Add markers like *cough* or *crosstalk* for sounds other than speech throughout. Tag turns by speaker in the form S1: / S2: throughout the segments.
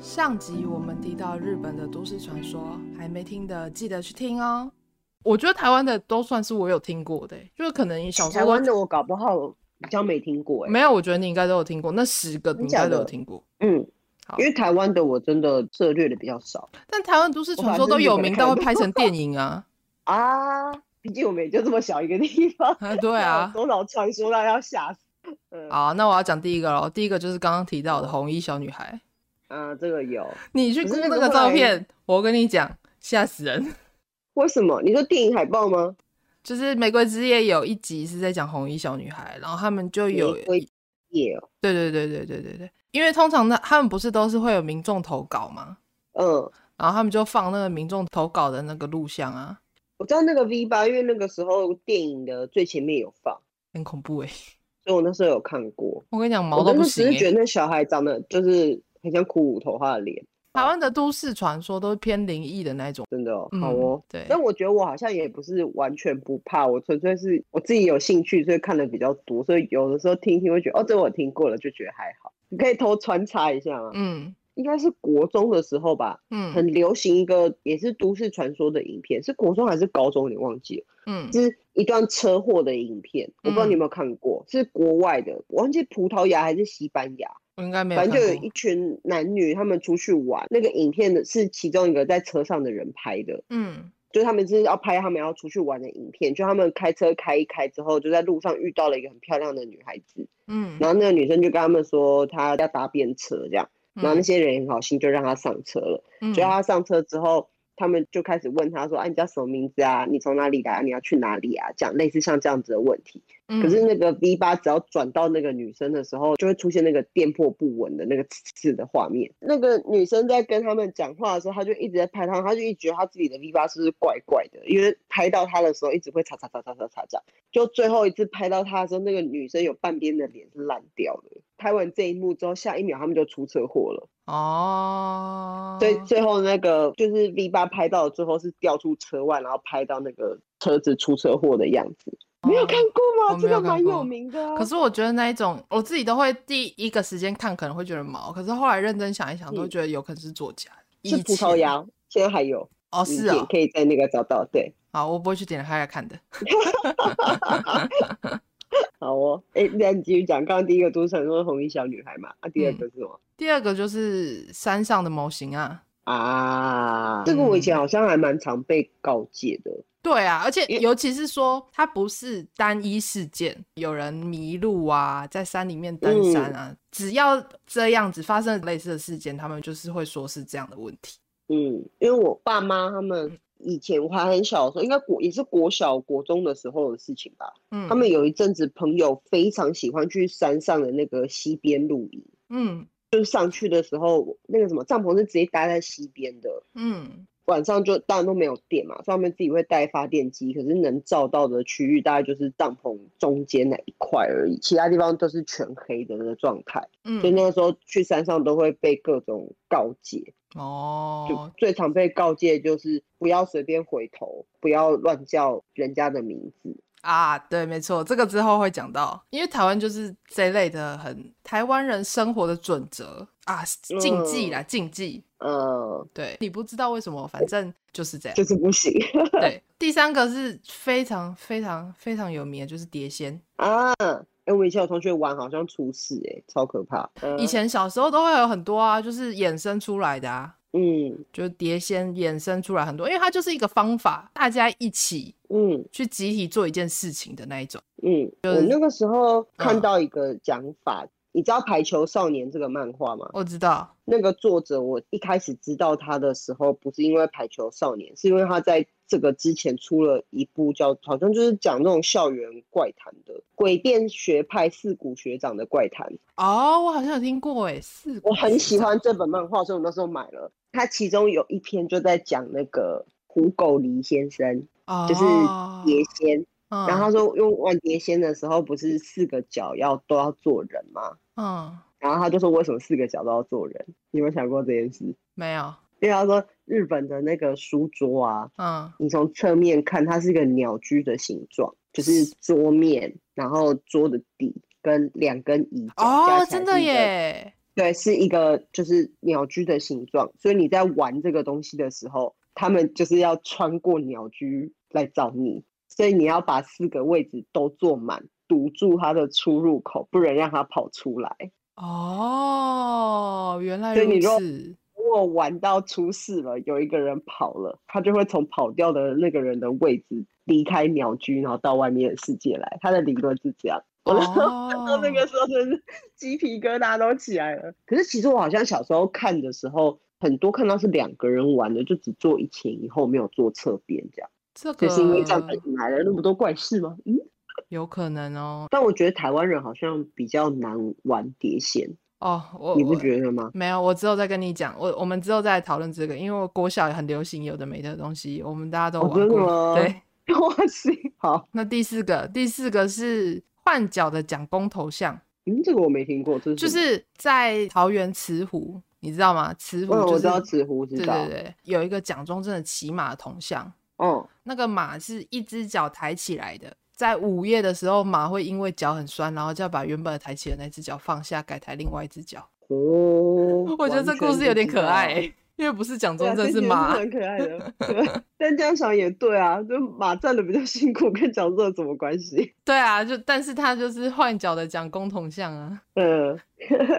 S1: 上集我们提到日本的都市传说，还没听的记得去听哦。我觉得台湾的都算是我有听过的、就是可能你小时
S2: 台
S1: 候
S2: 湾的我搞不好比较没听过哎、
S1: 没有，我觉得你应该都有听过，那十个你应
S2: 假
S1: 该都有
S2: 的
S1: 听过。
S2: 嗯
S1: 好，
S2: 因为台湾的我真的涉略的比较少
S1: 但台湾都市
S2: 我
S1: 传
S2: 反
S1: 说
S2: 正
S1: 都
S2: 日
S1: 有
S2: 本
S1: 名
S2: 看
S1: 到会
S2: 的
S1: 拍成电影 *laughs* 啊
S2: 啊，毕竟我们也就这么小一个地方，
S1: 啊，对啊。
S2: 都老传说到要吓死。嗯
S1: 好，那我要讲第一个喽。第一个就是刚刚提到的红衣小女孩，
S2: 嗯、这个有，
S1: 你去
S2: 可
S1: 估
S2: 是那
S1: 那
S2: 个
S1: 个
S2: 后
S1: 照
S2: 来
S1: 片，我跟你讲，吓死人。
S2: 为什么？你说电影海报吗？
S1: 就是《玫瑰之夜》有一集是在讲红衣小女孩，然后他们就有
S2: 玫瑰夜哦，
S1: 对对对对对对对，因为通常呢，他们不是都是会有民众投稿嘛，
S2: 嗯，
S1: 然后他们就放那个民众投稿的那个录像啊，
S2: 我知道那个 V 八，因为那个时候电影的最前面有放，
S1: 很恐怖哎、
S2: 所以我那时候有看过。
S1: *laughs* 我跟你讲，毛
S2: 我
S1: 都
S2: 真
S1: 不
S2: 的
S1: 行、
S2: 只是觉
S1: 欸。
S2: 得那小孩长得就是很像骷髅头，他的脸
S1: 台湾的都市传说都是偏灵异的那种。
S2: 真的、哦
S1: 嗯
S2: 好哦。
S1: 对
S2: 但我觉得我好像也不是完全不怕，我纯粹是我自己有兴趣，所以看的比较多，所以有的时候听一听会觉得哦，这我听过了，就觉得还好。你可以偷穿插一下吗？
S1: 嗯
S2: 应该是国中的时候吧，
S1: 嗯
S2: 很流行一个也是都市传说的影片，是国中还是高中？有点忘记了。
S1: 嗯，
S2: 是一段车祸的影片，我不知道你有没有看过，是国外的，我忘记葡萄牙还是西班牙，
S1: 我应该没有
S2: 反
S1: 看
S2: 正就有
S1: 过
S2: 一。群男女他们出去玩，那个影片的是其中一个在车上的人拍的，
S1: 嗯
S2: 就是他们是要拍他们要出去玩的影片，就他们开车开一开之后，就在路上遇到了一个很漂亮的女孩子，
S1: 嗯，
S2: 然后那个女生就跟他们说她要搭便车这样，然后那
S1: 嗯
S2: 些人也很好心就让她上车了。
S1: 嗯
S2: 就他上车之后，他们就开始问他说：“啊，你叫什么名字啊？你从哪里来啊？你要去哪里啊？”这样类似像这样子的问题。
S1: 嗯
S2: 可是那个 V 八只要转到那个女生的时候，就会出现那个电破不稳的那个刺刺的画面。那个女生在跟他们讲话的时候，她就一直在拍他们，她就一直觉得她自己的 V 八是不是怪怪的，因为拍到她的时候一直会擦擦擦擦擦擦这样。就最后一次拍到她的时候，那个女生有半边的脸是烂掉的。拍完这一幕之后，下一秒他们就出车祸了。
S1: 哦，
S2: 所以最后那个就是 V 八拍到的最后是掉出车外，然后拍到那个车子出车祸的样子。没有
S1: 哦
S2: 看过
S1: 我
S2: 吗？
S1: 没
S2: 这
S1: 有
S2: 个
S1: 看
S2: 蛮
S1: 过
S2: 有名的啊、
S1: 可是我觉得那一种，我自己都会第一个时间看，可能会觉得毛，可是后来认真想一想，都
S2: 嗯
S1: 觉得有可能是作假。
S2: 是
S1: 以
S2: 葡萄
S1: 前
S2: 牙，现在还有
S1: 哦，
S2: 影
S1: 是
S2: 片
S1: 哦，
S2: 可以在那个找到。对，
S1: 好，我不会去点开来看的。
S2: 好哦。哎，那你继续讲，刚刚第一个都市传说是红衣小女孩嘛，啊，第二
S1: 嗯
S2: 个是什么？
S1: 第二个就是山上的模型啊，
S2: 啊，这个我以
S1: 嗯
S2: 前好像还蛮常被告诫的。
S1: 对啊，而且
S2: 因为
S1: 尤其是说它不是单一事件，有人迷路啊，在山里面登山啊，
S2: 嗯
S1: 只要这样子发生类似的事件，他们就是会说是这样的问题。
S2: 嗯，因为我爸妈他们以前我还很小的时候，应该国也是国小国中的时候的事情吧。
S1: 嗯，
S2: 他们有一阵子朋友非常喜欢去山上的那个溪边露营，
S1: 嗯
S2: 就是上去的时候，那个什么帐篷是直接搭在溪边的，
S1: 嗯
S2: 晚上就当然都没有电嘛，所以他们自己会带发电机，可是能照到的区域大概就是帐篷中间那一块而已，其他地方都是全黑的那个状态。所以
S1: 嗯，
S2: 那个时候去山上都会被各种告诫，就
S1: 哦，
S2: 最常被告诫就是不要随便回头，不要乱叫人家的名字。
S1: 啊，对，没错，这个之后会讲到，因为台湾就是这类的很台湾人生活的准则啊，禁忌
S2: 嗯
S1: 啦，禁忌。
S2: 呃，
S1: 对，你不知道为什么，反正就是这样
S2: 就。是不行 *laughs*
S1: 对，第三个是非常非常非常有名的，就是碟仙。
S2: 啊！哎、我以前有同学玩好像出事、哎，超可怕。嗯
S1: 以前小时候都会有很多啊，就是衍生出来的啊，
S2: 嗯
S1: 就是碟仙衍生出来很多，因为它就是一个方法，大家一起
S2: 嗯
S1: 去集体做一件事情的那一种。
S2: 嗯，
S1: 就
S2: 我
S1: 是
S2: 那个时候
S1: 嗯
S2: 看到一个讲法，你知道《排球少年》这个漫画吗？
S1: 我知道，
S2: 那个作者我一开始知道他的时候，不是因为《排球少年》，是因为他在这个之前出了一部叫好像就是讲那种校园怪谈的鬼店学派四谷学长的怪谈。
S1: 哦，我好像有听过哎，是
S2: 我很喜欢这本漫画，所以我那时候买了。它其中有一篇就在讲那个虎狗狸先生
S1: 哦，
S2: 就是碟仙，
S1: 嗯，
S2: 然后他说用玩碟仙的时候，不是四个角要都要做人吗？
S1: 嗯，
S2: 然后他就说为什么四个角都要做人？你有没有想过这件事？
S1: 没有，
S2: 因为他说日本的那个书桌啊，
S1: 嗯
S2: 你从侧面看它是一个鸟居的形状，就是桌面，然后桌的底跟两根椅角
S1: 哦
S2: 加，起来
S1: 真
S2: 是
S1: 的
S2: 一个
S1: 耶，
S2: 对，是一个就是鸟居的形状，所以你在玩这个东西的时候，他们就是要穿过鸟居来找你，所以你要把四个位置都坐满，堵住它的出入口，不能让它跑出来。
S1: 哦，原来
S2: 所以你
S1: 如
S2: 若
S1: 此。
S2: 如果玩到出事了，有一个人跑了，他就会从跑掉的那个人的位置离开鸟居，然后到外面的世界来。他的理论是这样。 *laughs* 我那时候看
S1: 哦
S2: 到那个时候真是鸡皮疙瘩都起来了。可是其实我好像小时候看的时候，很多看到是两个人玩的，就只坐一前一后，没有坐侧边这样。
S1: 这个
S2: 就是因为这样才引来了那么多怪事吗？嗯。
S1: 有可能哦。
S2: 但我觉得台湾人好像比较难玩碟仙，
S1: 哦，我
S2: 你不
S1: 我
S2: 觉得吗？ *laughs*
S1: 没有，我之后再跟你讲。我我们之后再来讨论这个，因为我国小很流行有的没的东西，我们大家都
S2: 哦
S1: 玩
S2: 真的
S1: 过。
S2: 吗
S1: 对，
S2: 我是好，
S1: 那第四个，第四个是换脚的蒋公头像，
S2: 嗯，这个我没听过，这是
S1: 就
S2: 什么
S1: 是在桃园慈湖，你知道吗？慈湖、
S2: 嗯，
S1: 就是
S2: 我知道纸糊，知
S1: 对
S2: 道，
S1: 对对，有一个蒋中正的骑马的铜像，
S2: 嗯，
S1: 那个马是一只脚抬起来的。在午夜的时候，马会因为脚很酸，然后就要把原本的抬起的那只脚放下，改抬另外一只脚。
S2: 哦，
S1: 我觉得这
S2: 完
S1: 故
S2: 全
S1: 事有
S2: 不
S1: 点
S2: 知
S1: 可
S2: 道
S1: 爱、，欸因为不是蒋
S2: 对
S1: 中
S2: 啊，
S1: 正
S2: 这
S1: 是
S2: 其实
S1: 马，
S2: 蛮可爱
S1: *laughs*
S2: 的，对，但这样想也对啊，就马站的比较 *laughs* 辛苦，跟讲这有什么关系？
S1: 对啊，就但是他就是换脚的蒋公铜像啊，
S2: 嗯， *laughs*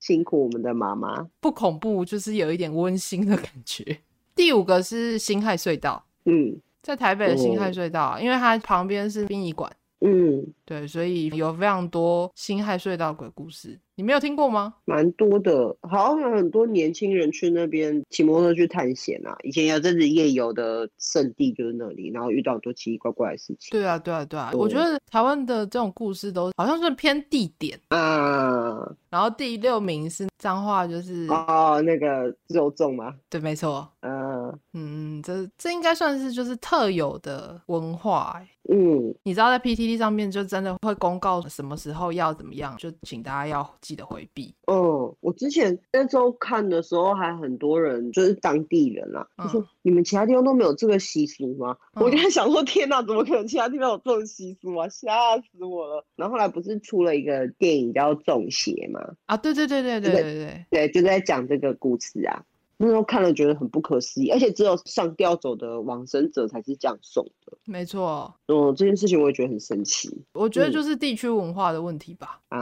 S2: 辛苦我们的妈妈，
S1: 不恐怖，就是有一点温馨的感觉。第五个是辛亥隧道，
S2: 嗯
S1: 在台北的辛亥
S2: 哦
S1: 隧道啊，因为它旁边是殡仪馆，
S2: 嗯，
S1: 对，所以有非常多辛亥隧道鬼故事，你没有听过吗？
S2: 蛮多的，好像有很多年轻人去那边骑摩托去探险啊，以前有阵子夜游的圣地就是那里，然后遇到很多奇奇怪怪的事情
S1: 对啊，对啊，对啊，我觉
S2: 哦
S1: 得台湾的这种故事都好像是偏地点。
S2: 啊，
S1: 然后第六名是脏话，就是、
S2: 哦，那个肉粽嘛，
S1: 对，没错，
S2: 呃，
S1: 嗯，这这应该算是就是特有的文化欸、
S2: 嗯。
S1: 你知道在 PTT 上面就真的会公告什么时候要怎么样，就请大家要记得回避。
S2: 嗯，我之前那时候看的时候，还很多人就是当地人啦、就说
S1: 嗯
S2: 你们其他地方都没有这个习俗吗？ *laughs* 我就
S1: 嗯
S2: 在想说，天哪，怎么可能其他地方有这种习俗啊？吓死我了！然后后来不是出了一个电影叫《中邪》嘛？
S1: 啊，对对对对对
S2: 对
S1: 对对，
S2: 对，就在讲这个故事啊。那时候看了觉得很不可思议，而且只有上吊走的往生者才是这样送的。
S1: 没错。
S2: 嗯，这件事情我也觉得很神奇
S1: 我觉得
S2: 嗯
S1: 就是地区文化的问题吧。
S2: 啊。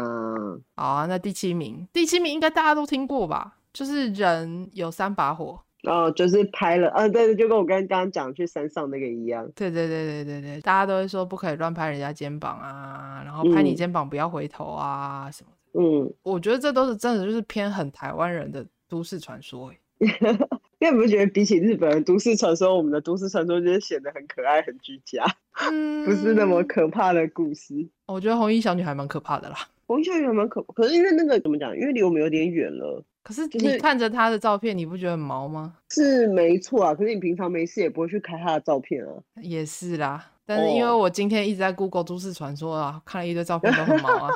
S1: 好啊，那第七名，第七名应该大家都听过吧？就是人有三把火。
S2: 然后就是拍了，啊，对对，就跟我刚刚刚讲去山上那个一样。
S1: 对对对对对对，大家都会说不可以乱拍人家肩膀啊，然后拍你
S2: 嗯
S1: 肩膀不要回头啊什么的。
S2: 嗯。
S1: 我觉得这都是真的，就是偏很台湾人的都市传说、欸。
S2: 因为你不觉得比起日本的都市传说，我们的都市传说就是显得很可爱、很居家，
S1: 嗯，
S2: *laughs* 不是那么可怕的故事。
S1: 我觉得红衣小女孩蛮可怕的啦。
S2: 红校园蛮可，可是因为那个怎么讲？因为离我们有点远了，
S1: 可是
S2: 就
S1: 你
S2: 是
S1: 看着她的照片，你不觉得很毛吗？
S2: 是没错啊。可是你平常没事也不会去开他的照片啊。
S1: 也是啦，但是因为
S2: 哦
S1: 我今天一直在 Google 都市传说啊，看了一堆照片都很毛
S2: *laughs*
S1: 啊。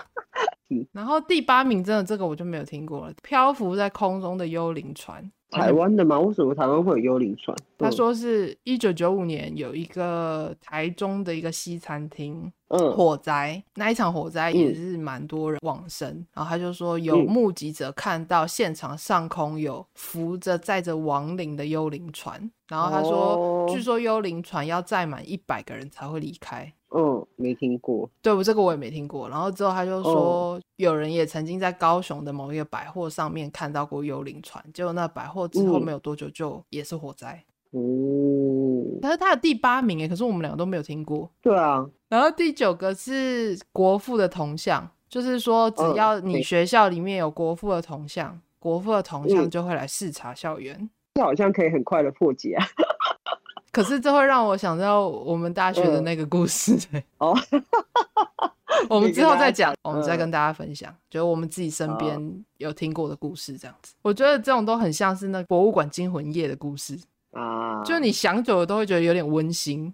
S1: 然后第八名真的这个我就没有听过了，漂浮在空中的幽灵船。
S2: 台湾的吗？为什么台湾会有幽灵船？
S1: 嗯他
S2: 嗯，
S1: 说是一九九五年有一个台中的一个西餐厅
S2: 嗯，
S1: 火灾，那一场火灾也
S2: 嗯
S1: 是蛮多人往生，然后他就说有
S2: 嗯
S1: 目击者看到现场上空有浮着载着亡灵的幽灵船，然后他说，
S2: 哦
S1: 据说幽灵船要载满一百个人才会离开。
S2: 嗯，没听过。
S1: 对我这个我也没听过，然后之后他就
S2: 哦
S1: 说，有人也曾经在高雄的某一个百货上面看到过幽灵船，结果那百货之后
S2: 嗯
S1: 没有多久就也是火灾。
S2: 哦嗯，
S1: 可是他的第八名哎，可是我们两个都没有听过。
S2: 对啊，
S1: 然后第九个是国父的铜像，就是说只
S2: 嗯
S1: 要你
S2: 对
S1: 学校里面有国父的铜像，国父的铜像
S2: 嗯
S1: 就会来视察校园。
S2: 这好像可以很快的破解啊。
S1: 可是这会让我想到我们大学的
S2: 嗯
S1: 那个故事、欸
S2: *laughs* 哦，
S1: *laughs* 我们
S2: 你
S1: 之
S2: 跟
S1: 后
S2: 大家
S1: 再讲，我们再
S2: 嗯
S1: 跟大家分享，就是我们自己身
S2: 好
S1: 边有听过的故事这样子。我觉得这种都很像是那博物馆惊魂夜的故事，
S2: 啊，
S1: 就你想久了都会觉得有点温馨。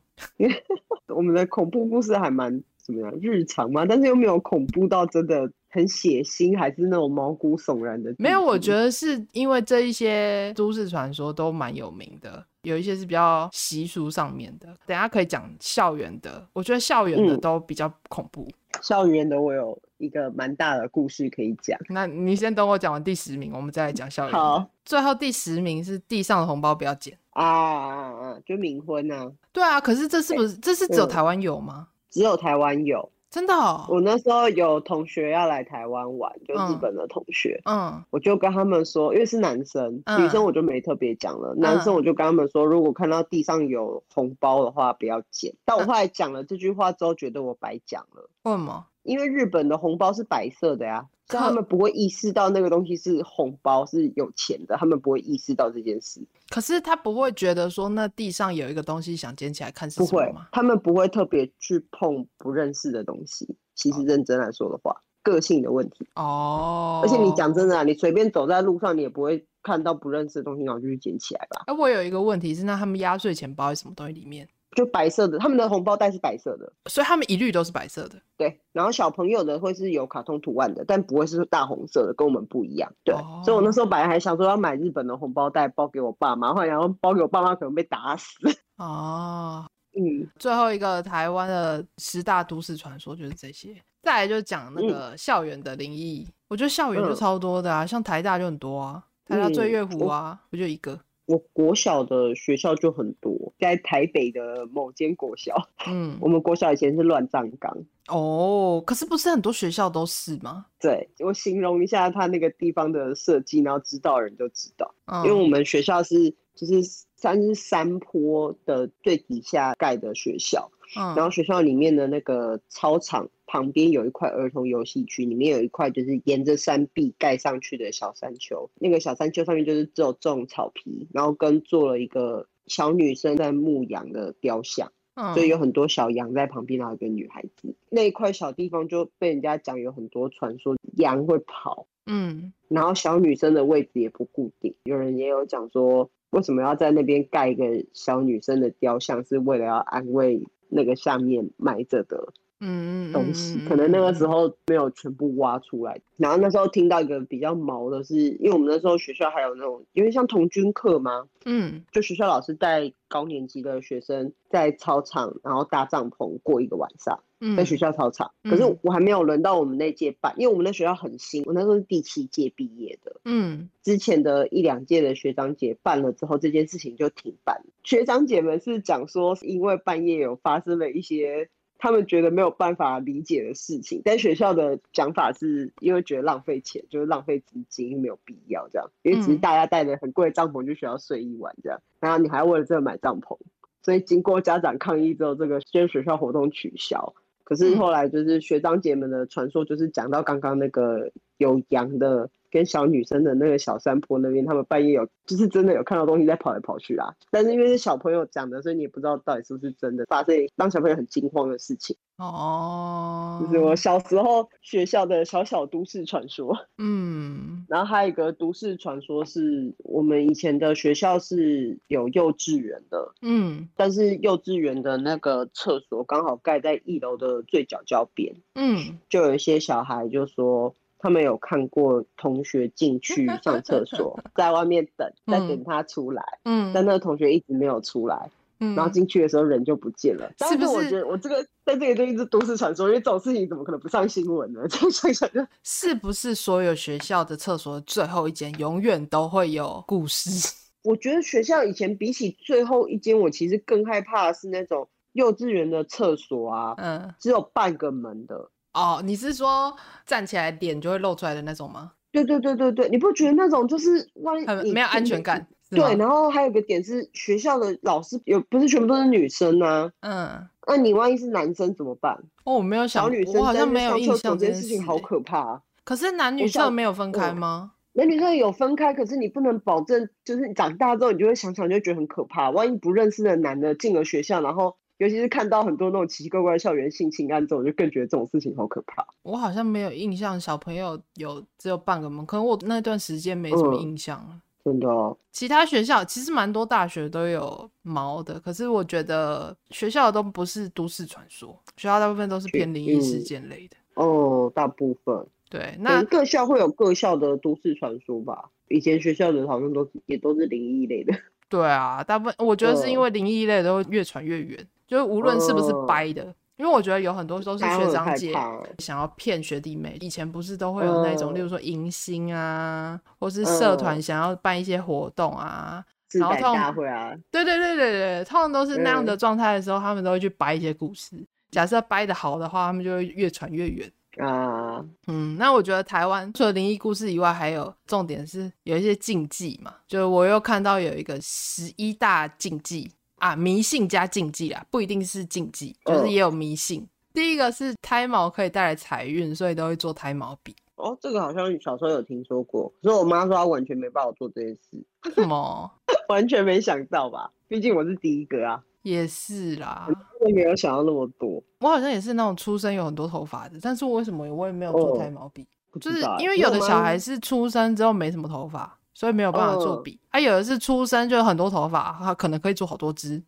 S2: 我们的恐怖故事还蛮怎么样日常嘛，但是又没有恐怖到真的很血腥，还是那种毛骨悚然的地步。
S1: 没有，我
S2: 嗯
S1: 觉得是因为这一些都市传说都蛮有名的，有一些是比较习俗上面的。等一下可以讲校园的，我觉得校园的
S2: 嗯
S1: 都比较恐怖。
S2: 校园的我有一个蛮大的故事可以讲。
S1: 那你先等我讲完第十名，我们再来讲校园。
S2: 好，
S1: 最后第十名是地上的红包不要捡。
S2: 啊啊啊！就冥婚啊，
S1: 对啊，可是这是不是这是只有台湾有吗？
S2: 只有台湾有。
S1: 真的、哦？
S2: 嗯我那时候有同学要来台湾玩，就日本的同学，
S1: 嗯
S2: 我就跟他们说，因为是男生，
S1: 嗯
S2: 女生我就没特别讲了。
S1: 嗯
S2: 男生我就跟他们说，如果看到地上有红包的话，不要捡。但我
S1: 嗯
S2: 后来讲了这句话之后，觉得我白讲了，
S1: 为什么？
S2: 因为日本的红包是白色的呀，所以他
S1: 可
S2: 们不会意识到那个东西是红包是有钱的，他们不会意识到这件事，
S1: 可是他不会觉得说那地上有一个东西想捡起来看是
S2: 不
S1: 什么
S2: 会
S1: 吗，？
S2: 他们不会特别去碰不认识的东西。其实认真来说的话，个性的问题。
S1: 哦，
S2: 而且你讲真的啊，你随便走在路上，你也不会看到不认识的东西，然后就去捡起来吧。
S1: 哎、我有一个问题是，那他们压岁钱包在什么东西里面？
S2: 就白色的，他们的红包袋是白色的，
S1: 所以他们一律都是白色的。
S2: 对。然后小朋友的会是有卡通图案的，但不会是大红色的，跟我们不一样。对，
S1: 哦
S2: 所以我那时候本来还想说要买日本的红包袋包给我爸妈，后来然后包给我爸妈可能被打死。
S1: 哦，
S2: *laughs* 嗯，
S1: 最后一个台湾的十大都市传说就是这些。再来就讲那
S2: 嗯
S1: 个校园的灵异，我觉得校园就
S2: 嗯
S1: 超多的啊，像台大就很多啊，台大醉
S2: 嗯
S1: 月湖
S2: 我
S1: 啊，不就一个？
S2: 我国小的学校就很多，在台北的某间国小，
S1: 嗯，
S2: 我们国小以前是乱葬岗。
S1: 哦，可是不是很多学校都是吗？
S2: 对我形容一下它那个地方的设计，然后知道的人就知道。
S1: 嗯，
S2: 因为我们学校是就是山是山坡的最底下盖的学校，
S1: 嗯
S2: 然后学校里面的那个操场旁边有一块儿童游戏区，里面有一块就是沿着山壁盖上去的小山丘，那个小山丘上面就是只有种草皮，然后跟做了一个小女生在牧羊的雕像。
S1: 嗯
S2: 所以有很多小羊在旁边，然后有个女孩子那一块小地方就被人家讲有很多传说羊会跑，
S1: 嗯
S2: 然后小女生的位置也不固定，有人也有讲说为什么要在那边盖一个小女生的雕像，是为了要安慰那个下面埋着的
S1: 嗯嗯
S2: 东西，
S1: 嗯
S2: 可能那个时
S1: 嗯
S2: 候没有全部挖出来。然后那时候听到一个比较毛的是，因为我们那时候学校还有那种因为像童军课嘛，
S1: 嗯
S2: 就学校老师带高年级的学生在操场，然后搭帐篷过一个晚上，
S1: 嗯
S2: 在学校操场。
S1: 嗯
S2: 可是我还没有轮到我们那届办，因为我们那学校很新，我那时候是第七届毕业的。
S1: 嗯
S2: 之前的一两届的学长姐办了之后，这件事情就停办了。学长姐们是讲说，因为半夜有发生了一些他们觉得没有办法理解的事情，但学校的讲法是因为觉得浪费钱，就是浪费资金，没有必要这样，因为只是
S1: 嗯
S2: 大家带着很贵的帐篷去学校睡一晚这样，然后你还为了这个买帐篷，所以经过家长抗议之后，这个先学校活动取消。可是
S1: 嗯
S2: 后来就是学长姐们的传说，就是讲到刚刚那个有羊的跟小女生的那个小山坡那边，他们半夜有就是真的有看到东西在跑来跑去啊。但是因为是小朋友讲的，所以你也不知道到底是不是真的，发生让小朋友很惊慌的事情。
S1: 嗯哦，
S2: 就是我小时候学校的小小都市传说。
S1: 嗯
S2: 然后还有一个都市传说是我们以前的学校是有幼稚园的，
S1: 嗯
S2: 但是幼稚园的那个厕所刚好盖在一楼的最角角边。
S1: 嗯，
S2: 就有一些小孩就说他们有看过同学进
S1: *laughs*
S2: 去上厕所，在外面等，在等他出来，
S1: 嗯，
S2: 但那个同学一直没有出来，
S1: 嗯
S2: 然后进去的时候人就不见了。但
S1: 是不是
S2: 我觉得我这个在这里就一直都市传说，因为这种事情怎么可能不上新闻呢？ *laughs* 这样想想就。
S1: 是不是所有学校的厕所最后一间永远都会有故事？ *laughs*
S2: 我觉得学校以前比起最后一间，我其实更害怕的是那种幼稚园的厕所啊，
S1: 嗯，
S2: 只有半个门的。
S1: 哦，你是说站起来脸就会露出来的那种吗？
S2: 对对对对对，你不觉得那种就是万一
S1: 很
S2: 嗯你
S1: 没有安
S2: 真的
S1: 全感，是吗
S2: 对，然后还有一个点是，学校的老师有不是全部都是女生啊？
S1: 嗯，
S2: 那你万一是男生怎么办？
S1: 哦，我没有想
S2: 小女
S1: 过，
S2: 生
S1: 我好
S2: 在
S1: 像
S2: 那
S1: 没有
S2: 上
S1: 印
S2: 厕
S1: 象
S2: 所
S1: 这件
S2: 这件
S1: 事
S2: 事情好
S1: 欸
S2: 可怕、啊。
S1: 可是男女
S2: 我
S1: 厕
S2: 想
S1: 没有分开
S2: 嗯
S1: 吗？
S2: 男女生有分开，可是你不能保证，就是你长大之后你就会想想就觉得很可怕。万一不认识的男的进了学校，然后尤其是看到很多那种奇奇怪怪的校园性侵案之后，我就更觉得这种事情好可怕。
S1: 我好像没有印象，小朋友有只有半个门，可能我那段时间没什么
S2: 嗯
S1: 印象了。
S2: 真的哦，
S1: 其他学校其实蛮多大学都有毛的，可是我觉得学校都不是都市传说，学校大部分都是偏灵异事
S2: 嗯
S1: 件类的。
S2: 哦，大部分
S1: 对，
S2: 可
S1: 那
S2: 能各校会有各校的都市传说吧。以前学校的好像都也都是灵异类的。
S1: 对啊，大部分我觉得是因
S2: 嗯
S1: 为灵异类都会越传越远，就是无论是不是
S2: 嗯
S1: 掰的，因为我觉得有很多都是学长姐
S2: 大家会很害怕哦
S1: 想要骗学弟妹，以前不是都会有那种，
S2: 嗯
S1: 例如说迎新啊，或是社团
S2: 嗯
S1: 想要办一些活动啊，
S2: 自
S1: 然后
S2: 带
S1: 通
S2: 大会啊，
S1: 对对对对对，通常都是那样的
S2: 嗯
S1: 状态的时候，他们都会去掰一些故事。假设掰的好的话，他们就会越传越远。
S2: 啊，
S1: 嗯，那我觉得台湾除了灵异故事以外，还有重点是有一些禁忌嘛，就是我又看到有一个十一大禁忌啊，迷信加禁忌啦，不一定是禁忌，就是
S2: 嗯
S1: 也有迷信。第一个是胎毛可以带来财运，所以都会做胎毛笔。
S2: 哦，这个好像小时候有听说过，可是我妈说她完全没办法做这件事， *laughs*
S1: 为什么？
S2: 完全没想到吧？毕竟我是第一个啊，
S1: 也是啦，
S2: 我没有想到那么多，
S1: 我好像也是那种出生有很多头发的，但是我为什么我也没有做
S2: 哦
S1: 胎毛笔？
S2: 不
S1: 就
S2: 知
S1: 是
S2: 道欸
S1: 因为
S2: 可
S1: 有
S2: 我
S1: 的
S2: 妈
S1: 小孩是出生之后没什么头发，所以没有办法做
S2: 嗯
S1: 笔；，啊，有的是出生就有很多头发，他可能可以做好多
S2: *laughs*
S1: 只。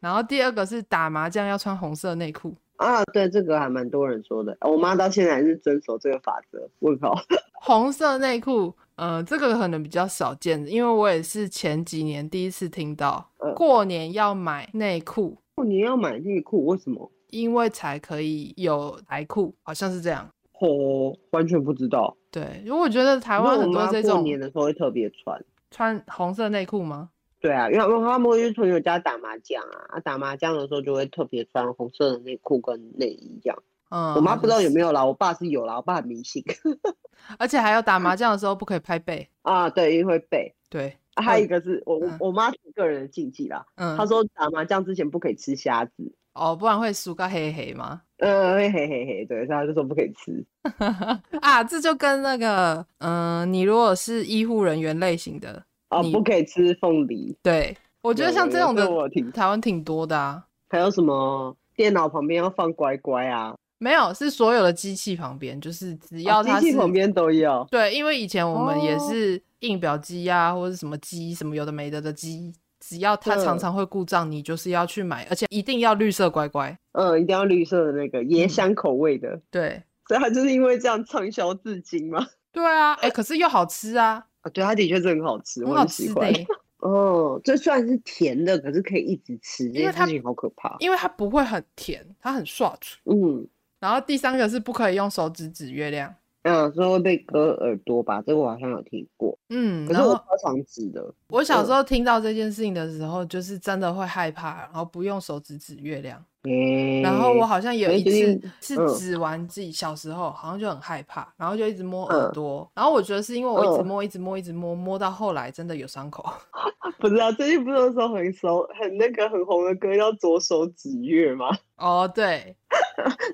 S1: 然后第二个是打麻将要穿红色内裤，
S2: 啊，对，这个还蛮多人说的，我妈到现在还是遵守这个法则。问号， *laughs*
S1: 红色内裤，呃，这个可能比较少见，因为我也是前几年第一次听到，
S2: 嗯
S1: 过年要买内裤，
S2: 哦你要买内裤，为什么？
S1: 因为才可以有财库，好像是这样。
S2: 哦，完全不知道。
S1: 对，因为我觉得台
S2: 台
S1: 湾很多这
S2: 过
S1: 种
S2: 年的时候会特别穿。
S1: 穿红色内裤吗？
S2: 对啊，因为他们会去朋友家打麻将啊，啊打麻将的时候就会特别穿红色的内裤跟内衣这样。
S1: 嗯，
S2: 我妈
S1: 好
S2: 不知
S1: 像
S2: 道有
S1: 是
S2: 没有啦，我爸是有啦，我爸很迷信
S1: 而且还有打麻将的时候不可以拍背。
S2: *laughs* 啊，对，因为会背。
S1: 对，
S2: 啊还
S1: 嗯
S2: 有一个是我我
S1: 嗯
S2: 我妈个人的禁忌啦，
S1: 嗯，
S2: 她说打麻将之前不可以吃虾子，
S1: 哦，不然会输个黑黑吗？
S2: 呃，嘿嘿嘿嘿，对，所以她就说不可以吃。
S1: 啊，这就跟那个，嗯、你如果是医护人员类型的，
S2: 啊，
S1: 你
S2: 不可以吃凤梨。
S1: 对我
S2: 我
S1: 觉得像这种的，
S2: 我有听。
S1: 台湾挺多的啊。
S2: 还有什么电脑旁边要放乖乖啊？
S1: 没有，是所有的机器旁边，就是只要
S2: 哦
S1: 它
S2: 机
S1: 是、
S2: 器旁边都要。
S1: 对，因为以前我们也
S2: 哦
S1: 是印表机啊，或者是什么机，什么有的没的的机，只要它常
S2: 嗯
S1: 常会故障，你就是要去买，而且一定要绿色乖乖。
S2: 嗯，一定要绿色的那个椰香口味的。
S1: 对，
S2: 所以他就是因为这样畅销至今嘛。
S1: 对啊，哎、可是又好吃啊，
S2: 啊，对，它的确是很好吃，
S1: 很
S2: 我
S1: 好
S2: 很
S1: 吃
S2: 喜
S1: 的
S2: 欢。
S1: 欸，
S2: 哦，这虽然是甜的，可是可以一直吃，这
S1: 因为
S2: 件
S1: 它
S2: 事情好可怕。
S1: 因为它不会很甜，它很爽脆。
S2: 嗯
S1: 然后第三个是不可以用手指指月亮。
S2: 嗯，所以会被割耳朵吧？这个我好像有听过，
S1: 嗯，
S2: 可
S1: 然
S2: 是我
S1: 后
S2: 超常指的。
S1: 我小时候听到这件事情的时候，就是真的会害怕，然后不用手指指月亮。
S2: 诶
S1: 然后我好像有
S2: 哎
S1: 一
S2: 最
S1: 次
S2: 近
S1: 是
S2: 嗯
S1: 指完自己小时候，好像就很害怕，然后就一直摸耳
S2: 嗯
S1: 朵。然后我觉得是因为我一直
S2: 嗯
S1: 摸，一直摸，一直摸，摸到后来真的有伤口。
S2: 不知道最近不是说很熟很那个很红的歌叫《左手指月》吗？
S1: 哦，对，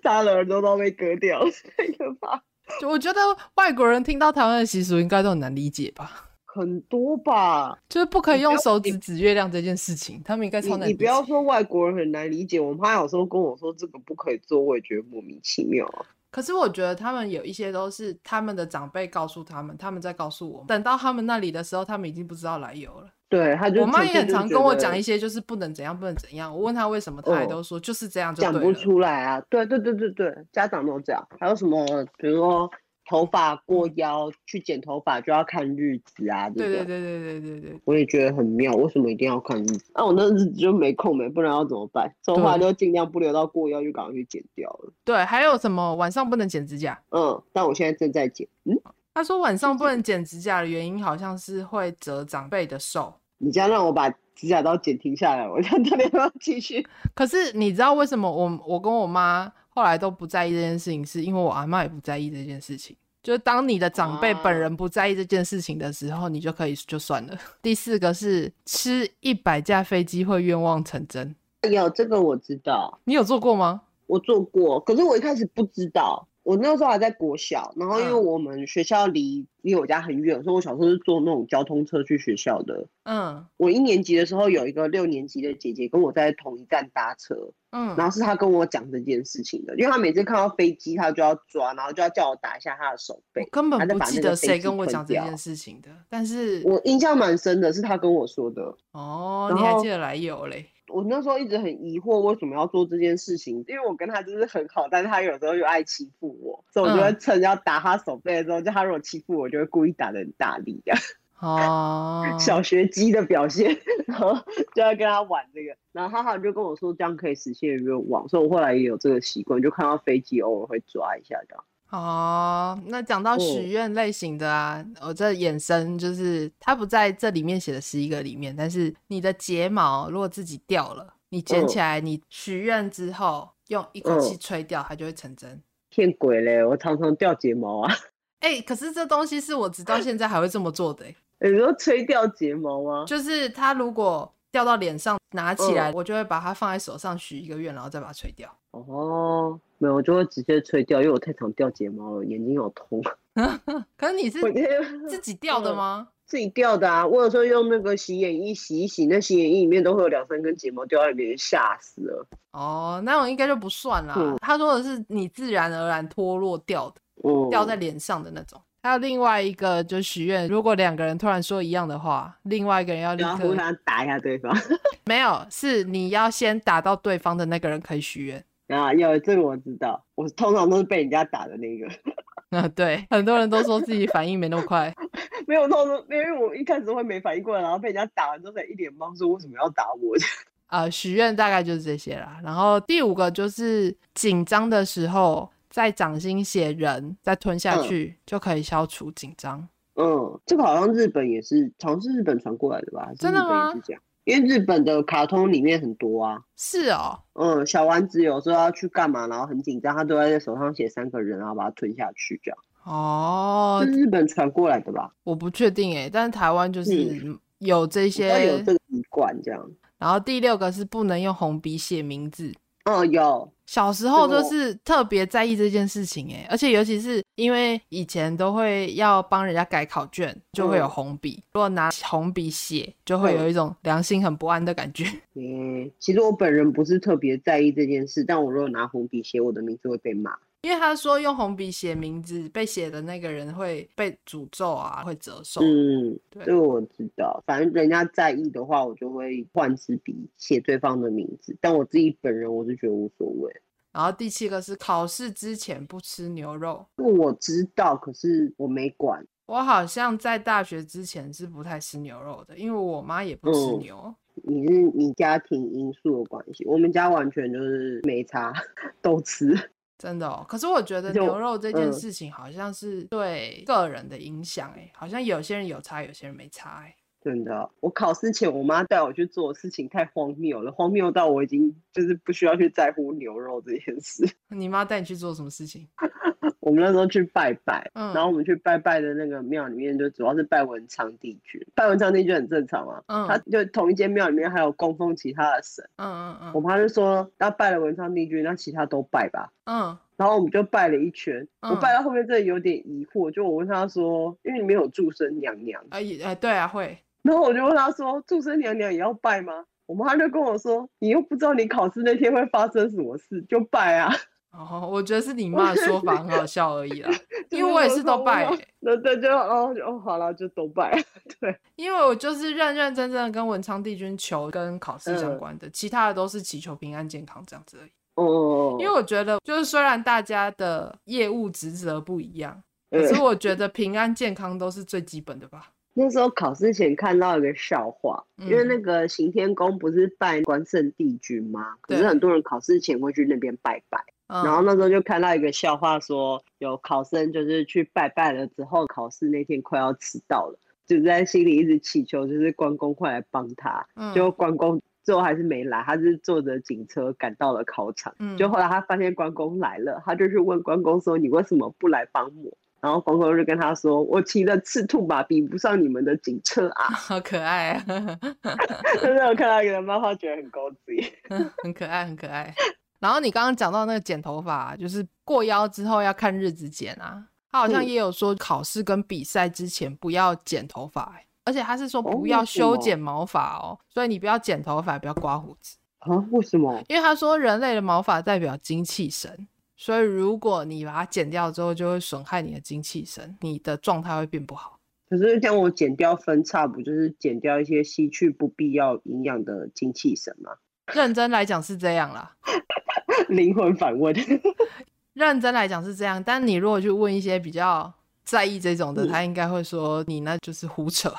S2: 大家的耳朵都被割掉了， *laughs* 太可怕。
S1: 就我觉得外国人听到台湾的习俗应该都很难理解吧。
S2: 很多吧，
S1: 就是不可以
S2: 你不
S1: 用
S2: 要
S1: 手
S2: 你
S1: 指指月亮这件事情，他们应该
S2: 你
S1: 超难
S2: 你
S1: 理
S2: 不
S1: 解。
S2: 要说外国人很难理解，我妈有时候跟我说这个不可以做，我也觉得莫名其妙啊。
S1: 可是我觉得他们有一些都是他们的长辈告诉他们，他们再告诉我们。等到他们那里的时候，他们已经不知道来由了。
S2: 对，她就
S1: 我妈
S2: 纯
S1: 也
S2: 粹
S1: 很
S2: 就是
S1: 常
S2: 觉
S1: 跟我
S2: 得哦
S1: 讲一些就是不能怎样，不能怎样。我问她为什么，她还都说就是这样就
S2: 讲
S1: 对
S2: 不
S1: 了。
S2: 出来啊。对对对对对，家长都这样。还有什么，比如说头发过腰去剪头发就要看日子啊，
S1: 嗯对
S2: 不
S1: 对对对对对对，
S2: 我也觉得很妙，为什么一定要看日子？啊那、我那日子就没空没，不然要怎么办？头发
S1: 对
S2: 就尽量不留到过腰，就赶快去剪掉了。
S1: 对，还有什么晚上不能剪指甲？
S2: 嗯，但我现在正在剪。嗯，
S1: 她说晚上不能剪指甲的原因好像是会折长辈的寿。
S2: 你这样让我把指甲刀剪停下来，我看到底要不要继续？ *laughs*
S1: 可是你知道为什么我我跟我妈后来都不在意这件事情，是因为我阿妈也不在意这件事情。就是当你的长辈本
S2: 啊
S1: 人不在意这件事情的时候，你就可以就算了。 *laughs* 第四个是吃一百架飞机会愿望成真，
S2: 有哎这个我知道，
S1: 你有做过吗？
S2: 我做过，可是我一开始不知道。我那时候还在国小，然后因为
S1: 嗯
S2: 我们学校离离我家很远，所以我小时候是坐那种交通车去学校的。
S1: 嗯
S2: 我一年级的时候有一个六年级的姐姐跟我在同一站搭车，
S1: 嗯，
S2: 然后是他跟我讲这件事情的，因为他每次看到飞机，他就要抓，然后就要叫我打一下他的手
S1: 我
S2: 背。
S1: 根本
S2: 还在
S1: 不
S2: 把
S1: 记
S2: 那个
S1: 得
S2: 飞
S1: 谁
S2: 机
S1: 跟我
S2: 吞
S1: 讲这
S2: 掉
S1: 件事情的，但是
S2: 我印象蛮深的，是他跟我说的。
S1: 哦，
S2: 然
S1: 你还
S2: 后
S1: 记得来由嘞？
S2: 我那时候一直很疑惑为什么要做这件事情，因为我跟他就是很好，但是他有时候又爱欺负我，所以我就会
S1: 嗯
S2: 趁要打他手背的时候，就他如果欺负我，我就会故意打的很大力这样。
S1: 哦，
S2: *laughs* 小学鸡的表现，然后就要跟他玩这个，然后哈哈就跟我说这样可以实现愿望，所以我后来也有这个习惯，就看到飞机偶尔会抓一下这样。
S1: 哦，那讲
S2: 嗯
S1: 到许愿类型的啊，我、这衍生就是它不在这里面写的十一个里面，但是你的睫毛如果自己掉了，你捡起来，你许愿之后用一口气
S2: 嗯
S1: 吹掉，它就会成真。
S2: 骗鬼嘞！我常常掉睫毛啊， *laughs*
S1: 哎、可是这东西是我直到现在还会这么做的、欸，
S2: 你说吹掉睫毛吗？
S1: 就是它如果掉到脸上，拿起来、
S2: 嗯
S1: 我就会把它放在手上许一个愿，然后再把它吹掉。
S2: 哦，没有，我就会直接吹掉，因为我太常掉睫毛了，眼睛好痛。 *laughs*
S1: 可是你是
S2: 我今天
S1: 自己掉的
S2: 嗯
S1: 吗？
S2: 自己掉的啊，我有时候用那个洗眼液洗一洗，那洗眼液里面都会有两三根睫毛掉在里面，吓死了。
S1: 哦，那种应该就不算啦。
S2: 嗯
S1: 他说的是你自然而然脱落掉的，
S2: 嗯，
S1: 掉在脸上的那种。还有另外一个就许愿，如果两个人突然说一样的话，另外一个人要立
S2: 然后互
S1: 刻
S2: 相打一下对方。
S1: 没有，是你要先打到对方的那个人可以许愿。 *laughs*
S2: 啊，有这个我知道，我通常都是被人家打的那个， *laughs*
S1: 啊，对，很多人都说自己反应没那么快，
S2: 没有通常，因为我一开始会没反应过来，然后被人家打完之后才一脸懵，说为什么要打我？ *laughs*
S1: 啊，许愿大概就是这些啦。然后第五个就是紧张的时候，在掌心写人，再吞下
S2: 嗯
S1: 去、就可以消除紧张。
S2: 嗯，这个好像日本也是，好像是日本传过来的吧？还是
S1: 真的
S2: 日本
S1: 吗
S2: 也是这样，因为日本的卡通里面很多啊。
S1: 是哦，
S2: 嗯，小丸子有时候要去干嘛，然后很紧张，他都要在手上写三个人，然后把它吞下去，这样。
S1: 哦，
S2: 这是日本传过来的吧？
S1: 我不确定哎，但是台湾就是有这
S2: 嗯比较有
S1: 些
S2: 这。个习惯，这样。
S1: 然后第六个是不能用红笔写名字。
S2: 哦，有，
S1: 小时候
S2: 这
S1: 就
S2: 个我
S1: 是特别在意这件事情哎，而且尤其是因为以前都会要帮人家改考卷，就会有
S2: 嗯
S1: 红笔。如果拿红笔写，就会
S2: 嗯
S1: 有一种良心很不安的感觉。 *laughs*
S2: 嗯，其实我本人不是特别在意这件事，但我如果拿红笔写我的名字会被骂。
S1: 因为他说用红笔写名字，被写的那个人会被诅咒啊，会折寿。
S2: 嗯，
S1: 对
S2: 这个我知道。反正人家在意的话，我就会换支笔写对方的名字，但我自己本人我是觉得无所谓。
S1: 然后第七个是考试之前不吃牛肉。
S2: 因为我知道，可是我没管。
S1: 我好像在大学之前是不太吃牛肉的，因为我妈也不吃
S2: 嗯
S1: 牛。
S2: 你是你家庭因素的关系，我们家完全就是没差， *laughs* 都吃。
S1: 真的哦，可是我觉得
S2: 就
S1: 牛肉这件
S2: 嗯
S1: 事情好像是对个人的影响，哎，好像有些人有差，有些人没差，哎，
S2: 真的，我考试前我妈带我去做的事情太荒谬了，荒谬到我已经就是不需要去在乎牛肉这件事。 *laughs*
S1: 你妈带你去做什么事情？
S2: 我们那时候去拜拜，
S1: 嗯
S2: 然后我们去拜拜的那个庙里面，就主要是拜文昌帝君。拜文昌帝君很正常嘛，
S1: 嗯
S2: 他就同一间庙里面还有供奉其他的神。
S1: 嗯
S2: 我
S1: 嗯
S2: 妈就说，那拜了文昌帝君，那其他都拜吧。
S1: 嗯
S2: 然后我们就拜了一圈，
S1: 嗯
S2: 我拜到后面真的有点疑惑，就我问他说，因为里面有祝生娘娘，
S1: 嗯，也哎，对啊，会，
S2: 然后我就问他说，祝生娘娘也要拜吗？我妈就跟我说，你又不知道你考试那天会发生什么事，就拜啊。 *laughs*
S1: 哦，我觉得是你妈的说法很好笑而已啦，
S2: 就
S1: 因为我也
S2: 那
S1: 是
S2: 时候
S1: 都拜
S2: 啊我
S1: 欸
S2: 那对，就哦就哦好了，就都拜。 *laughs* 对，
S1: 因为我就是认认真真的跟文昌帝君求跟考试相
S2: 嗯
S1: 关的，其他的都是祈求平安健康这样子而已。
S2: 哦，
S1: 因为我觉得，就是虽然大家的业务职责不一样，
S2: 嗯
S1: 可是我觉得平安健康都是最基本的吧。
S2: 那时候考试前看到一个笑话，因为
S1: 嗯
S2: 那个行天宫不是拜关圣帝君吗？可是
S1: 对
S2: 很多人考试前会去那边拜拜。
S1: 嗯，
S2: 然后那时候就看到一个笑话说，有考生就是去拜拜了之后，考试那天快要迟到了，就在心里一直祈求，就是关公快来帮他。
S1: 嗯
S2: 结果关公最后还是没来，他是坐着警车赶到了考场。
S1: 嗯
S2: 就后来他发现关公来了，他就去问关公说：“你为什么不来帮我？”然后关公就跟他说：“我骑的赤兔马比不上你们的警车啊 *laughs*
S1: 好可爱、啊，！” *laughs*
S2: 但是我看到一个漫画，觉得很高级。
S1: 很可爱，很可爱。然后你刚刚讲到那个剪头发啊、就是过腰之后要看日子剪啊。他好像
S2: 嗯
S1: 也有说，考试跟比赛之前不要剪头发欸、而且他是说
S2: 哦
S1: 不
S2: 为
S1: 要
S2: 什
S1: 修
S2: 么
S1: 剪毛发哦，所以你不要剪头发，不要刮胡子。
S2: 啊？为什么？
S1: 因为他说人类的毛发代表精气神，所以如果你把它剪掉之后，就会损害你的精气神，你的状态会变不好。
S2: *laughs* 可是像我剪掉分叉，不就是剪掉一些吸去不必要营养的精气神吗？ *laughs*
S1: 认真来讲是这样啦，
S2: 灵魂反问，
S1: 认真来讲是这样，但你如果去问一些比较在意这种
S2: 嗯
S1: 的，他应该会说你那就是胡扯。
S2: 哦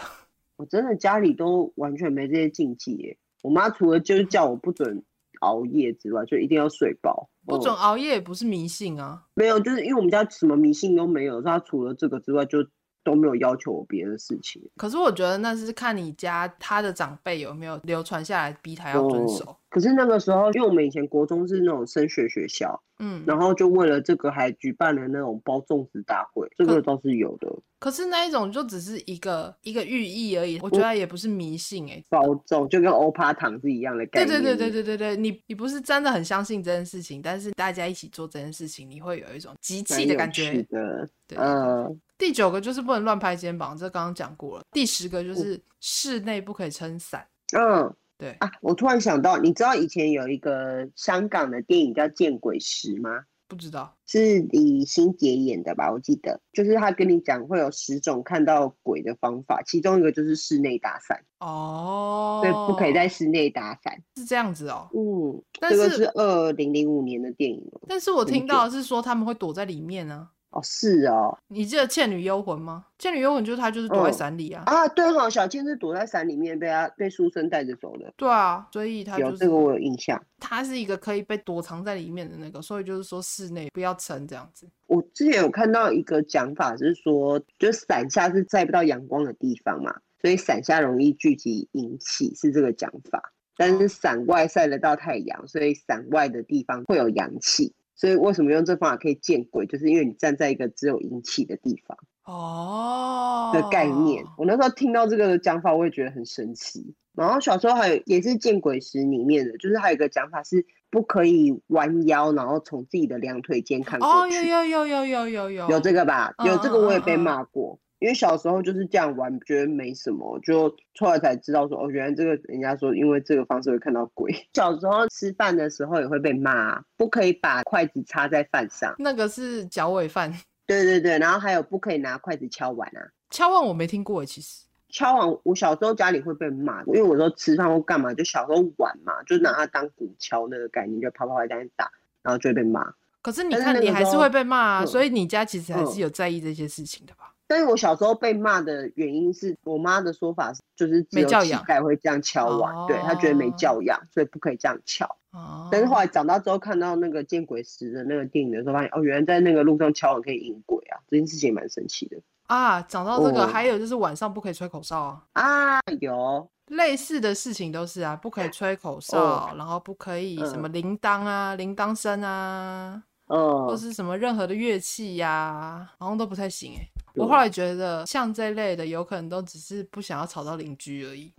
S2: 我真的家里都完全没这些禁忌耶。我妈除了就是叫我不准熬夜之外，就一定要睡饱。
S1: 不准
S2: 嗯
S1: 熬夜也不是迷信啊，
S2: 没有，就是因为我们家什么迷信都没有，所以她除了这个之外就都没有要求我别的事情。
S1: 可是我觉得那是看你家他的长辈有没有流传下来逼他要遵守。
S2: 可是那个时候，因为我们以前国中是那种升学学校，
S1: 嗯，
S2: 然后就为了这个还举办了那种包粽子大会，这
S1: 嗯
S2: 个倒是有的。
S1: 可是那一种就只是一个一个寓意而已，我觉得也不是迷信哎、
S2: 包粽就跟欧趴糖是一样的概
S1: 对
S2: 念。
S1: 对对对对对对，你你不是真的很相信这件事情，但是大家一起做这件事情，你会有一种集
S2: 蛮
S1: 气的感
S2: 有
S1: 觉。
S2: 趣的，
S1: 对，
S2: 嗯，
S1: 第九个就是不能乱拍肩膀，这刚刚讲过了。第十个就是室内不可以撑伞。
S2: 嗯
S1: 对，
S2: 啊，我突然想到，你知道以前有一个香港的电影叫《见鬼时》吗？
S1: 不知道
S2: 是李心洁演的吧？我记得，就是他跟你讲会有十种看到鬼的方法，其中一个就是室内打伞，
S1: 哦，
S2: 对，不可以在室内打伞。
S1: 是这样子哦。
S2: 嗯，
S1: 但
S2: 这个
S1: 是
S2: 是二零零五年的电影哦。
S1: 但是我听
S2: 理解
S1: 到的是说他们会躲在里面呢、
S2: 哦，是哦，
S1: 你记得《倩女幽魂》吗？《倩女幽魂》就是她就是躲在
S2: 嗯
S1: 伞里啊。
S2: 啊，对哈、哦，小倩是躲在伞里面被他被书生带着走的，
S1: 对啊，所以她
S2: 有
S1: 就是
S2: 这个我有印象。
S1: 她是一个可以被躲藏在里面的那个，所以就是说室内不要撑这样子。
S2: 我之前有看到一个讲法是说，就是伞下是晒不到阳光的地方嘛，所以伞下容易聚集阴气，是这个讲法。但是伞外晒得到太阳，所以伞外的地方会有阳气。所以为什么用这方法可以见鬼，就是因为你站在一个只有阴气的地方
S1: 哦
S2: 的概念。我那时候听到这个讲法，我也觉得很神奇。然后小时候还有也是见鬼时里面的，就是还有一个讲法是不可以弯腰，然后从自己的两腿间看过去。
S1: 哦，有有有有有有有
S2: 有这个吧？
S1: 嗯
S2: 有这个
S1: 嗯
S2: 我也
S1: 嗯
S2: 被
S1: 嗯
S2: 骂过，因为小时候就是这样玩，觉得没什么，就后来才知道说，哦，原来这个人家说因为这个方式会看到鬼。 *laughs* 小时候吃饭的时候也会被骂，啊不可以把筷子插在饭上，
S1: 那个是脚尾饭， *laughs*
S2: 对对对，然后还有不可以拿筷子敲碗啊。
S1: 敲碗我没听过耶欸其实。
S2: 敲碗，我小时候家里会被骂，因为我说吃饭或干嘛，就小时候碗嘛，就拿它当鼓敲那个概念，就啪啪啪在那边打，然后就会被骂。
S1: 可是你
S2: 但是
S1: 看，
S2: 那
S1: 你
S2: 个
S1: 还
S2: 时
S1: 是
S2: 候
S1: 会被骂啊，
S2: 嗯
S1: 所以你家其实还是
S2: 嗯
S1: 有在意这些事情的吧？
S2: 但是我小时候被骂的原因是我妈的说法是，就是只
S1: 没
S2: 有
S1: 教
S2: 乞
S1: 养
S2: 丐会这样敲碗，对她觉得没
S1: 哦
S2: 教养，所以不可以这样敲。
S1: 哦，
S2: 但是后来长大之后看到那个《见鬼时》的那个电影的时候，发现哦，原来在那个路上敲碗可以引鬼啊，这件事情也蛮神奇的
S1: 啊，讲到这个，
S2: 哦
S1: 还有就是晚上不可以吹口哨啊。
S2: 啊。有
S1: 类似的事情都是啊，不可以吹口哨，
S2: 哦
S1: 然后不可以什
S2: 嗯
S1: 么铃铛啊、铃铛声啊，或
S2: 嗯，
S1: 是什么任何的乐器呀、好像都不太行哎、我
S2: 对
S1: 后来觉得，像这类的，有可能都只是不想要吵到邻居而已。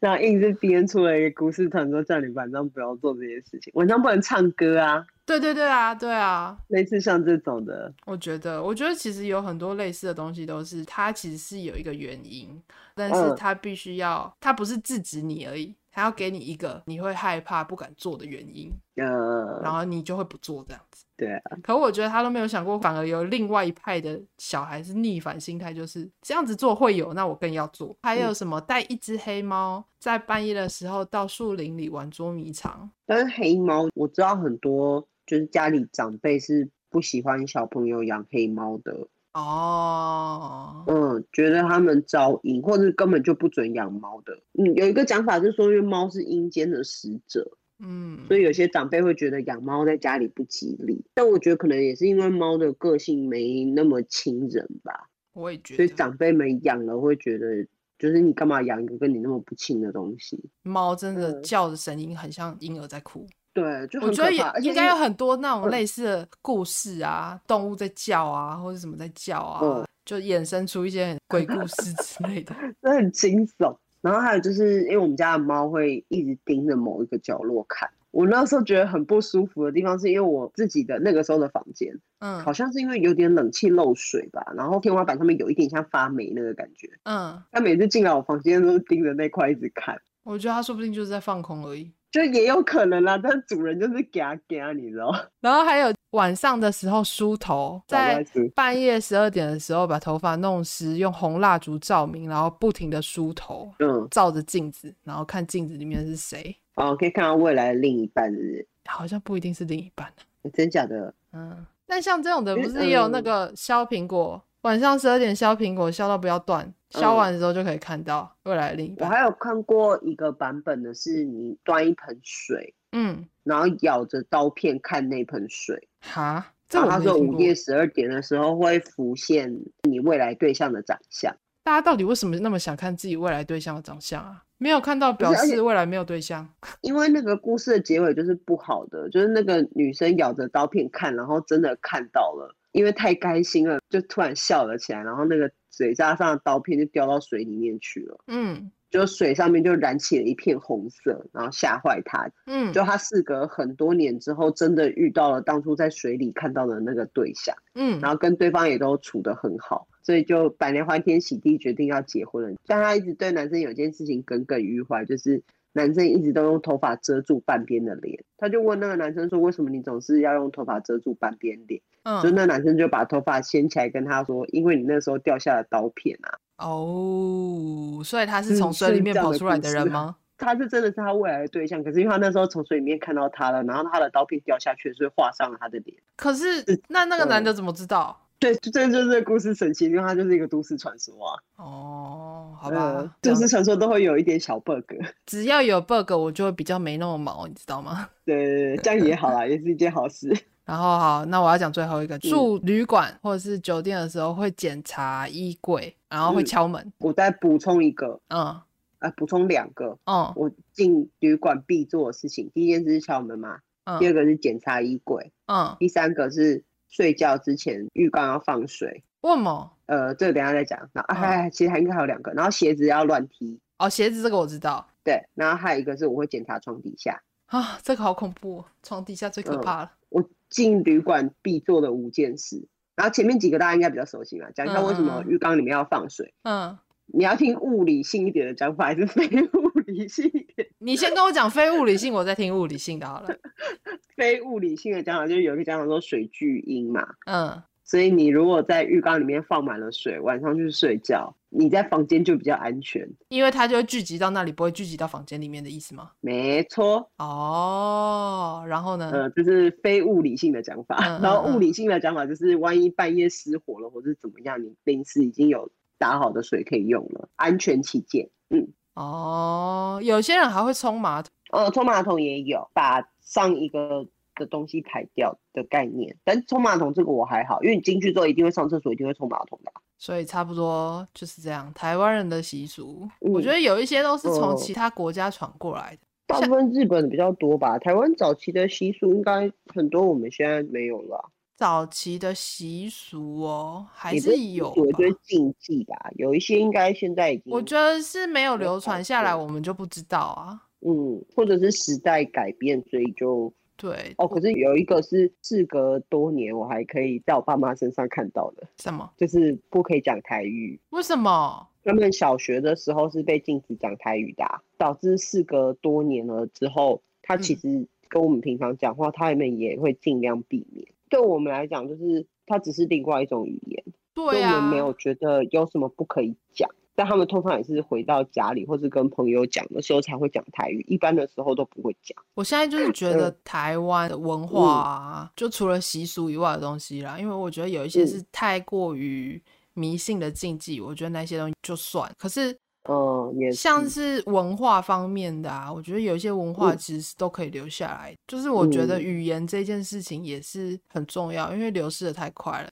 S2: 然后硬是编出了一个故事团，说叫你晚上不要做这些事情，晚上不能唱歌啊，
S1: 对对对啊，对啊，
S2: 类似像这种的，
S1: 我觉得，我觉得其实有很多类似的东西，都是它其实是有一个原因，但是
S2: 嗯
S1: 它必须要，它不是制止你而已，它要给你一个你会害怕、不敢做的原因，然
S2: 呃，
S1: 后你就会不做这样子。
S2: 对啊，
S1: 可我觉得他都没有想过，反而有另外一派的小孩是逆反心态，就是这样子做会有，那我更要做。还有
S2: 嗯
S1: 什么带一只黑猫在半夜的时候到树林里玩捉迷藏？
S2: 但是黑猫，我知道很多就是家里长辈是不喜欢小朋友养黑猫的，
S1: 哦，
S2: 嗯，觉得他们招阴，或者根本就不准养猫的。嗯，有一个讲法是说，因为猫是阴间的使者，
S1: 嗯，
S2: 所以有些长辈会觉得养猫在家里不吉利。但我觉得可能也是因为猫的个性没那么亲人吧，
S1: 我也觉
S2: 所以
S1: 得
S2: 长辈们养了会觉得，就是你干嘛养一个跟你那么不亲的东西？
S1: 猫真的
S2: 嗯
S1: 叫的声音很像婴儿在哭。
S2: 对，就
S1: 我
S2: 很
S1: 觉
S2: 可
S1: 得
S2: 怕。而
S1: 也
S2: 且
S1: 应该
S2: 是
S1: 有很多那种
S2: 嗯
S1: 类似的故事啊，动物在叫啊，或者什么在叫啊，
S2: 嗯
S1: 就衍生出一些鬼故事之类
S2: *laughs*
S1: 的。
S2: 真的很惊悚。然后还有就是，因为我们家的猫会一直盯着某一个角落看。我那时候觉得很不舒服的地方，是因为我自己的那个时候的房间，
S1: 嗯
S2: 好像是因为有点冷气漏水吧，然后天花板上面有一点像发霉那个感觉。
S1: 嗯，
S2: 它每次进来我房间都是盯着那块一直看，
S1: 我觉得他说不定就是在放空而已。
S2: 就也有可能啦。但是主人就是给它给它，你知道？
S1: 然后还有晚上的时候梳头，
S2: 找不
S1: 在
S2: 到梳
S1: 半夜十二点的时候把头发弄湿，用红蜡烛照明，然后不停的梳头，
S2: 嗯，
S1: 照着镜子，然后看镜子里面是谁，
S2: 哦，可以看到未来的另一半是
S1: 好像不一定是另一半、啊
S2: 不是真假的，
S1: 嗯，但像这种的
S2: 因
S1: 不
S2: 为
S1: 是也有那
S2: 嗯
S1: 个削苹果？晚上十二点削苹果，削到不要断，削完之后就可以看到未来的另一
S2: 嗯我
S1: 半。
S2: 还有看过一个版本的是，你端一盆水，
S1: 嗯，
S2: 然后咬着刀片看那盆水。
S1: 哈，这
S2: 然
S1: 我
S2: 啊后他
S1: 没
S2: 说
S1: 听
S2: 午
S1: 过
S2: 夜十二点的时候会浮现你未来对象的长相。
S1: 大家到底为什么那么想看自己未来对象的长相啊？没有看到表
S2: 而
S1: 示
S2: 且
S1: 未来没有对象，
S2: 因为那个故事的结尾就是不好的，就是那个女生咬着刀片看，然后真的看到了，因为太开心了，就突然笑了起来，然后那个嘴巴上的刀片就掉到水里面去了，
S1: 嗯
S2: 就水上面就燃起了一片红色，然后吓坏她。
S1: 嗯，
S2: 就她事隔很多年之后，真的遇到了当初在水里看到的那个对象，
S1: 嗯
S2: 然后跟对方也都处得很好。所以就百年欢天喜地，决定要结婚了。但她一直对男生有件事情耿耿于怀，就是男生一直都用头发遮住半边的脸。她就问那个男生说：“为什么你总是要用头发遮住半边脸？”就
S1: 嗯
S2: 那男生就把头发掀起来跟她说：“因为你那时候掉下了刀片啊。
S1: 哦，所以他是
S2: 嗯
S1: 从水里
S2: 是
S1: 面
S2: 这样
S1: 跑
S2: 的
S1: 出来
S2: 故
S1: 的
S2: 事
S1: 人
S2: 啊
S1: 吗？”
S2: 他是真的是他未来的对象，可是因为他那时候从水里面看到他了，然后他的刀片掉下去，所以划伤了他的脸。
S1: 可是
S2: 是
S1: 那那个男
S2: 嗯
S1: 的怎么知道？
S2: 对，就这就是这个故事神奇，因为它就是一个都市传说啊。
S1: 哦，好
S2: 呃
S1: 吧，
S2: 都
S1: 这
S2: 市
S1: 样
S2: 传说都会有一点小 bug。
S1: 只要有 bug，我就会比较没那么毛，你知道吗？
S2: 对对对，这样也
S1: *laughs*
S2: 好啦，也是一件好事。
S1: 然后好，那我要讲最后
S2: 嗯
S1: 一个，住旅馆或者是酒店的时候会检查衣柜，然后会
S2: 嗯
S1: 敲门，
S2: 我再补充一个，
S1: 嗯
S2: 呃，补充两个，
S1: 嗯
S2: 我进旅馆必做的事情。第一件事是敲门嘛，第二
S1: 嗯
S2: 个是检查衣柜，
S1: 嗯，
S2: 第三个是睡觉之前浴缸要放水。
S1: 问么？
S2: 呃，这个等一下再讲。然后
S1: 嗯
S2: 哎，其实还应该还有两个，然后鞋子要乱踢，
S1: 哦，鞋子这个我知道
S2: 对，然后还有一个是我会检查床底下。
S1: 啊，这个好恐怖、哦，床底下最可
S2: 嗯
S1: 怕了。
S2: 我进旅馆必做的五件事，然后前面几个大家应该比较熟悉嘛，讲一下为什
S1: 嗯
S2: 么
S1: 嗯嗯
S2: 浴缸里面要放水。
S1: 嗯，
S2: 你要听物理性一点的讲法，还是非物理性一点？
S1: 你先跟我讲非物理性，我再听物理性的好了。
S2: *laughs* 非物理性的讲法就是有一个讲法说水巨婴嘛，
S1: 嗯，
S2: 所以你如果在浴缸里面放满了水，晚上去睡觉，你在房间就比较安全。
S1: 因为它就会聚集到那里，不会聚集到房间里面的意思吗？
S2: 没错，
S1: 哦，然后呢？
S2: 呃，这是非物理性的讲法。
S1: 嗯嗯
S2: 然后
S1: 嗯
S2: 物理性的讲法就是，万一半夜失火了或是怎么样，你临时已经有打好的水可以用了，安全起见。嗯，
S1: 哦，有些人还会冲马桶。
S2: 呃，冲马桶也有把上一个的东西排掉的概念，但冲马桶这个我还好，因为你进去之后一定会上厕所，一定会冲马桶的啊。
S1: 所以差不多就是这样，台湾人的习俗，我
S2: 嗯
S1: 觉得有一些都是从
S2: 哦
S1: 其他国家传过来的。
S2: 大部分日本的比较多吧，台湾早期的习俗应该很多，我们现在没有了啊，
S1: 早期的习俗哦，还
S2: 也不
S1: 是
S2: 习
S1: 有
S2: 俗我
S1: 吧
S2: 觉。得禁忌吧，有一些应该现在已经，
S1: 我觉得是没有
S2: 没有
S1: 流传
S2: 改
S1: 下来，
S2: 变
S1: 我们就不知道啊。
S2: 嗯，或者是时代改变，所以就
S1: 对，
S2: 哦，可是有一个是事隔多年，我还可以在我爸妈身上看到的，
S1: 什么？
S2: 就是不可以讲台语。
S1: 为什么？
S2: 他们小学的时候是被禁止讲台语的啊、导致事隔多年了之后，他
S1: 嗯
S2: 其实跟我们平常讲话，他们也会尽量避免。对我们来讲，就是它只是另外一种语言，所
S1: 对啊
S2: 以
S1: 呀、
S2: 我们没有觉得有什么不可以讲。但他们通常也是回到家里或是跟朋友讲的时候才会讲台语，一般的时候都不会讲。
S1: 我现在就是觉
S2: 嗯
S1: 得台湾的文化啊，就除了习俗以外的东西啦，因为我觉得有一些
S2: 嗯
S1: 是太过于迷信的禁忌，我觉得那些东西就算。可是
S2: 嗯，也
S1: 像
S2: 是
S1: 是文化方面的啊，我觉得有一些文化
S2: 嗯
S1: 其实是都可以留下来。就是我觉得
S2: 嗯
S1: 语言这件事情也是很重要，因为流失的太快了。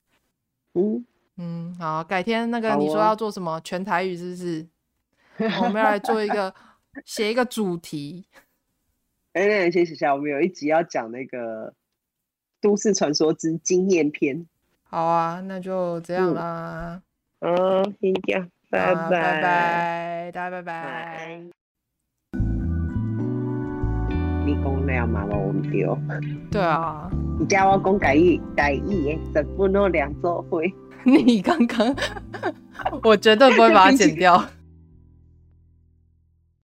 S2: 嗯，
S1: 嗯，好，改天那个
S2: 好
S1: 你说
S2: 哦
S1: 要做什么全台语是不是？我们要来做一
S2: *laughs*
S1: 个写一个主题，
S2: 哎，那你先写下，我们有一集要讲那个都市传说之经验篇。
S1: 好啊，那就这样
S2: 嗯
S1: 啦。
S2: 嗯，先这样，拜
S1: 好拜拜，大家拜拜。
S2: 你讲了嘛，无毋对。
S1: 对啊， *laughs*
S2: 而且我讲台语，台语的全部拢两做伙。
S1: *laughs* 你刚刚我绝对不会把它剪掉。